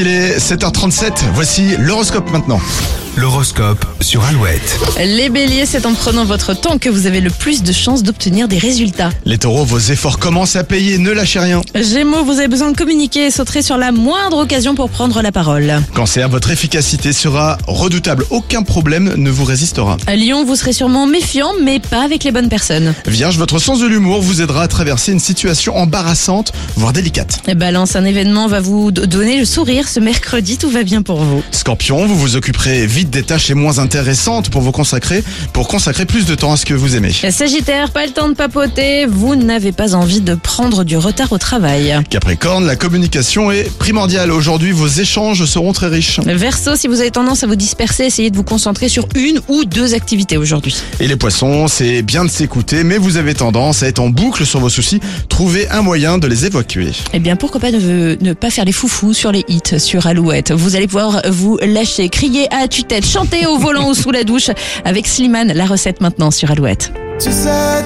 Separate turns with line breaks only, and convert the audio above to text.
Il est 7h37, voici l'horoscope maintenant.
L'horoscope sur Alouette.
Les béliers, c'est en prenant votre temps que vous avez le plus de chances d'obtenir des résultats.
Les taureaux, vos efforts commencent à payer, ne lâchez rien.
Gémeaux, vous avez besoin de communiquer et sauterez sur la moindre occasion pour prendre la parole.
Cancer, votre efficacité sera redoutable, aucun problème ne vous résistera.
À Lyon, vous serez sûrement méfiant, mais pas avec les bonnes personnes.
Vierge, votre sens de l'humour vous aidera à traverser une situation embarrassante, voire délicate.
Balance, Eh ben, un événement va vous do- donner le sourire ce mercredi, tout va bien pour vous.
Scorpion, vous vous occuperez vite des tâches les moins intéressantes pour vous consacrer, pour consacrer plus de temps à ce que vous aimez.
Sagittaire, pas le temps de papoter, vous n'avez pas envie de prendre du retard au travail.
Capricorne, la communication est primordiale. Aujourd'hui, vos échanges seront très riches.
Verseau, si vous avez tendance à vous disperser, essayez de vous concentrer sur une ou deux activités aujourd'hui.
Et les poissons, c'est bien de s'écouter, mais vous avez tendance à être en boucle sur vos soucis. Trouvez un moyen de les évacuer.
Eh bien, pourquoi pas ne, ne pas faire les foufous sur les hits, sur Alouette. Vous allez pouvoir vous lâcher, crier à tue-tête, chanter au volant ou sous la douche avec Slimane, la recette maintenant sur Alouette.